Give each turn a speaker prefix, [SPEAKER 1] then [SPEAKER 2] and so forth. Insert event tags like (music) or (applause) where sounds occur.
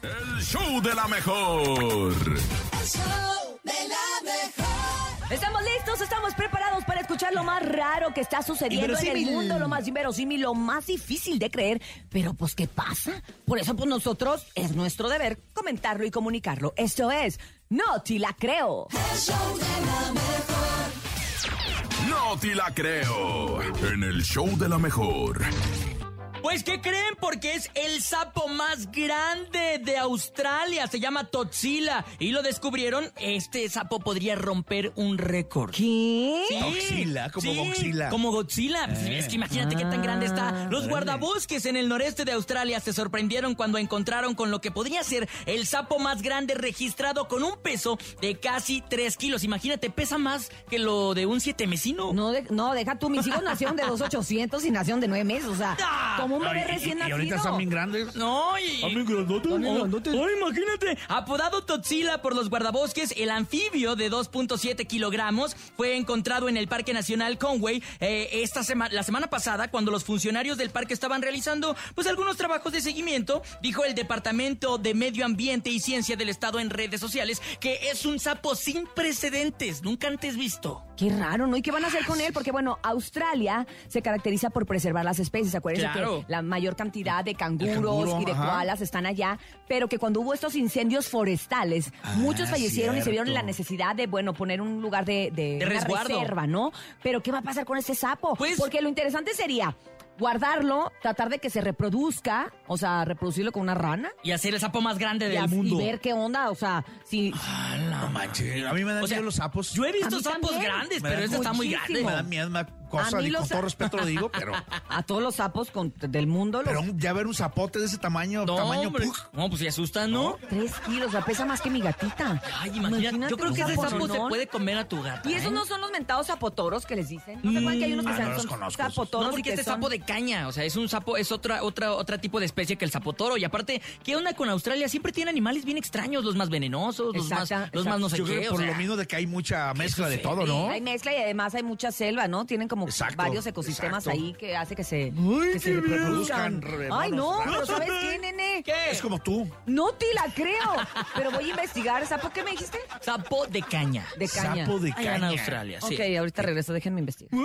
[SPEAKER 1] El show de la mejor.
[SPEAKER 2] Estamos listos, estamos preparados para escuchar lo más raro que está sucediendo en el
[SPEAKER 3] Inverosímil.
[SPEAKER 2] mundo, lo más inverosímil, lo más difícil de creer. Pero pues, ¿qué pasa? Por eso, pues nosotros es nuestro deber comentarlo y comunicarlo. Esto es No te la creo.
[SPEAKER 1] No te la creo. En el show de la mejor.
[SPEAKER 4] Pues, ¿qué creen? Porque es el sapo más grande de Australia. Se llama Toxila. Y lo descubrieron. Este sapo podría romper un récord.
[SPEAKER 2] ¿Qué?
[SPEAKER 4] Sí,
[SPEAKER 3] Toxila, como
[SPEAKER 4] sí,
[SPEAKER 3] Godzilla.
[SPEAKER 4] Como Godzilla. Pues,
[SPEAKER 3] Eh.
[SPEAKER 4] Es que imagínate qué tan
[SPEAKER 2] Ah,
[SPEAKER 4] grande está. Los
[SPEAKER 3] Órale.
[SPEAKER 4] guardabosques en el noreste de Australia se sorprendieron cuando encontraron con lo que podría ser el sapo más grande registrado con un peso de casi 3 kilos. Imagínate, pesa más que lo de un siete mesino.
[SPEAKER 2] No, de- no, deja tú, mis hijos nacieron de 2,800 y nacieron de 9 meses, o
[SPEAKER 3] (laughs)
[SPEAKER 2] sea,
[SPEAKER 4] Ah,
[SPEAKER 2] como un bebé
[SPEAKER 3] Ay, y-
[SPEAKER 2] recién
[SPEAKER 3] y,
[SPEAKER 2] nacido.
[SPEAKER 3] ahorita están bien grandes.
[SPEAKER 4] No, y...
[SPEAKER 3] grandotes.
[SPEAKER 4] Oh, oh, imagínate. Apodado Totzila por los guardabosques, el anfibio de 2.7 kilogramos fue encontrado en el Parque Nacional Conway eh, esta sema- la semana pasada cuando los funcionarios del parque estaban realizando pues algunos trabajos de seguimiento. Dijo el Departamento de Medio Ambiente y Ciencia del Estado en redes sociales que es un sapo sin precedentes, nunca antes visto.
[SPEAKER 2] Qué raro, ¿no? ¿Y qué van a hacer con él? Porque, bueno, Australia se caracteriza por preservar las especies. Acuérdense
[SPEAKER 4] Claro.
[SPEAKER 2] que la mayor cantidad de canguros
[SPEAKER 3] canguro,
[SPEAKER 2] y de
[SPEAKER 3] ajá.
[SPEAKER 2] koalas están allá, pero que cuando hubo estos incendios forestales,
[SPEAKER 3] Ah,
[SPEAKER 2] muchos fallecieron y se vieron en la
[SPEAKER 3] cierto.
[SPEAKER 2] necesidad de, bueno, poner un lugar de,
[SPEAKER 4] De
[SPEAKER 2] de, una
[SPEAKER 4] resguardo.
[SPEAKER 2] reserva, ¿no? Pero, ¿qué va a pasar con este sapo?
[SPEAKER 4] Pues-
[SPEAKER 2] Porque lo interesante sería guardarlo, tratar de que se reproduzca, o sea, reproducirlo con una rana
[SPEAKER 4] Y hacer el sapo más grande
[SPEAKER 2] y,
[SPEAKER 4] del
[SPEAKER 2] as- y
[SPEAKER 4] mundo.
[SPEAKER 2] ver qué onda, o sea, si...
[SPEAKER 3] Ah, la manche. A mí me dan
[SPEAKER 4] O sea,
[SPEAKER 3] miedo los sapos.
[SPEAKER 4] Yo he
[SPEAKER 2] A
[SPEAKER 4] visto
[SPEAKER 2] mí
[SPEAKER 4] sapos
[SPEAKER 2] también.
[SPEAKER 4] grandes,
[SPEAKER 3] Me
[SPEAKER 4] pero
[SPEAKER 3] da
[SPEAKER 4] este está muy grande.
[SPEAKER 2] muchísimo.
[SPEAKER 3] Me dan miedo una cosa,
[SPEAKER 2] A mí
[SPEAKER 3] y con
[SPEAKER 2] los-
[SPEAKER 3] todo respeto lo digo,
[SPEAKER 4] (laughs)
[SPEAKER 3] pero,
[SPEAKER 2] (laughs) A todos los sapos con- del mundo los
[SPEAKER 3] pero un- ya ver un zapote de ese tamaño,
[SPEAKER 4] No,
[SPEAKER 3] tamaño
[SPEAKER 4] hombre.
[SPEAKER 3] pug,
[SPEAKER 4] No, pues se asustan, ¿no?
[SPEAKER 2] Tres kilos, o sea, pesa más que mi gatita.
[SPEAKER 4] Ay, imagínate, yo creo
[SPEAKER 2] un
[SPEAKER 4] que ese sapo se
[SPEAKER 2] sapononón.
[SPEAKER 4] puede comer a tu gata.
[SPEAKER 2] Y esos
[SPEAKER 4] ¿eh? Mm,
[SPEAKER 2] no son los mentados zapotoros que les dicen. ¿No se acuerdan que hay unos que
[SPEAKER 3] Ah,
[SPEAKER 2] sean-
[SPEAKER 3] no los
[SPEAKER 2] son
[SPEAKER 3] conozco esos.
[SPEAKER 2] zapotoros?
[SPEAKER 4] No,
[SPEAKER 2] y
[SPEAKER 4] porque
[SPEAKER 2] que
[SPEAKER 4] este es
[SPEAKER 2] son-
[SPEAKER 4] sapo de caña, o sea, es un sapo, es otra, otra, otra tipo de especie que el sapo toro. Y aparte, ¿qué onda con Australia? Siempre tiene animales bien extraños, los más venenosos, los
[SPEAKER 2] Exacta,
[SPEAKER 4] más, los más no sé
[SPEAKER 3] Yo
[SPEAKER 4] qué.
[SPEAKER 3] creo que
[SPEAKER 4] o
[SPEAKER 3] por
[SPEAKER 4] sea,
[SPEAKER 3] lo mismo de que hay mucha mezcla de
[SPEAKER 4] sucede?
[SPEAKER 3] todo, ¿no?
[SPEAKER 2] Hay mezcla y además hay mucha selva, ¿no? Tienen como
[SPEAKER 3] Exacto,
[SPEAKER 2] varios ecosistemas
[SPEAKER 3] exacto.
[SPEAKER 2] ahí que hace que se,
[SPEAKER 3] Ay,
[SPEAKER 2] que se
[SPEAKER 3] qué miedo.
[SPEAKER 2] reproduzcan.
[SPEAKER 3] Buscan
[SPEAKER 2] Ay, no,
[SPEAKER 3] monos.
[SPEAKER 2] pero ¿sabes qué, nene?
[SPEAKER 4] ¿Qué?
[SPEAKER 3] Es como tú.
[SPEAKER 2] No te la creo, pero voy a investigar. ¿Sapo qué me dijiste?
[SPEAKER 4] Sapo de caña.
[SPEAKER 2] De caña.
[SPEAKER 3] Sapo de
[SPEAKER 4] Allá en
[SPEAKER 3] caña.
[SPEAKER 4] Australia, sí.
[SPEAKER 2] Ok, ahorita regreso, déjenme investigar.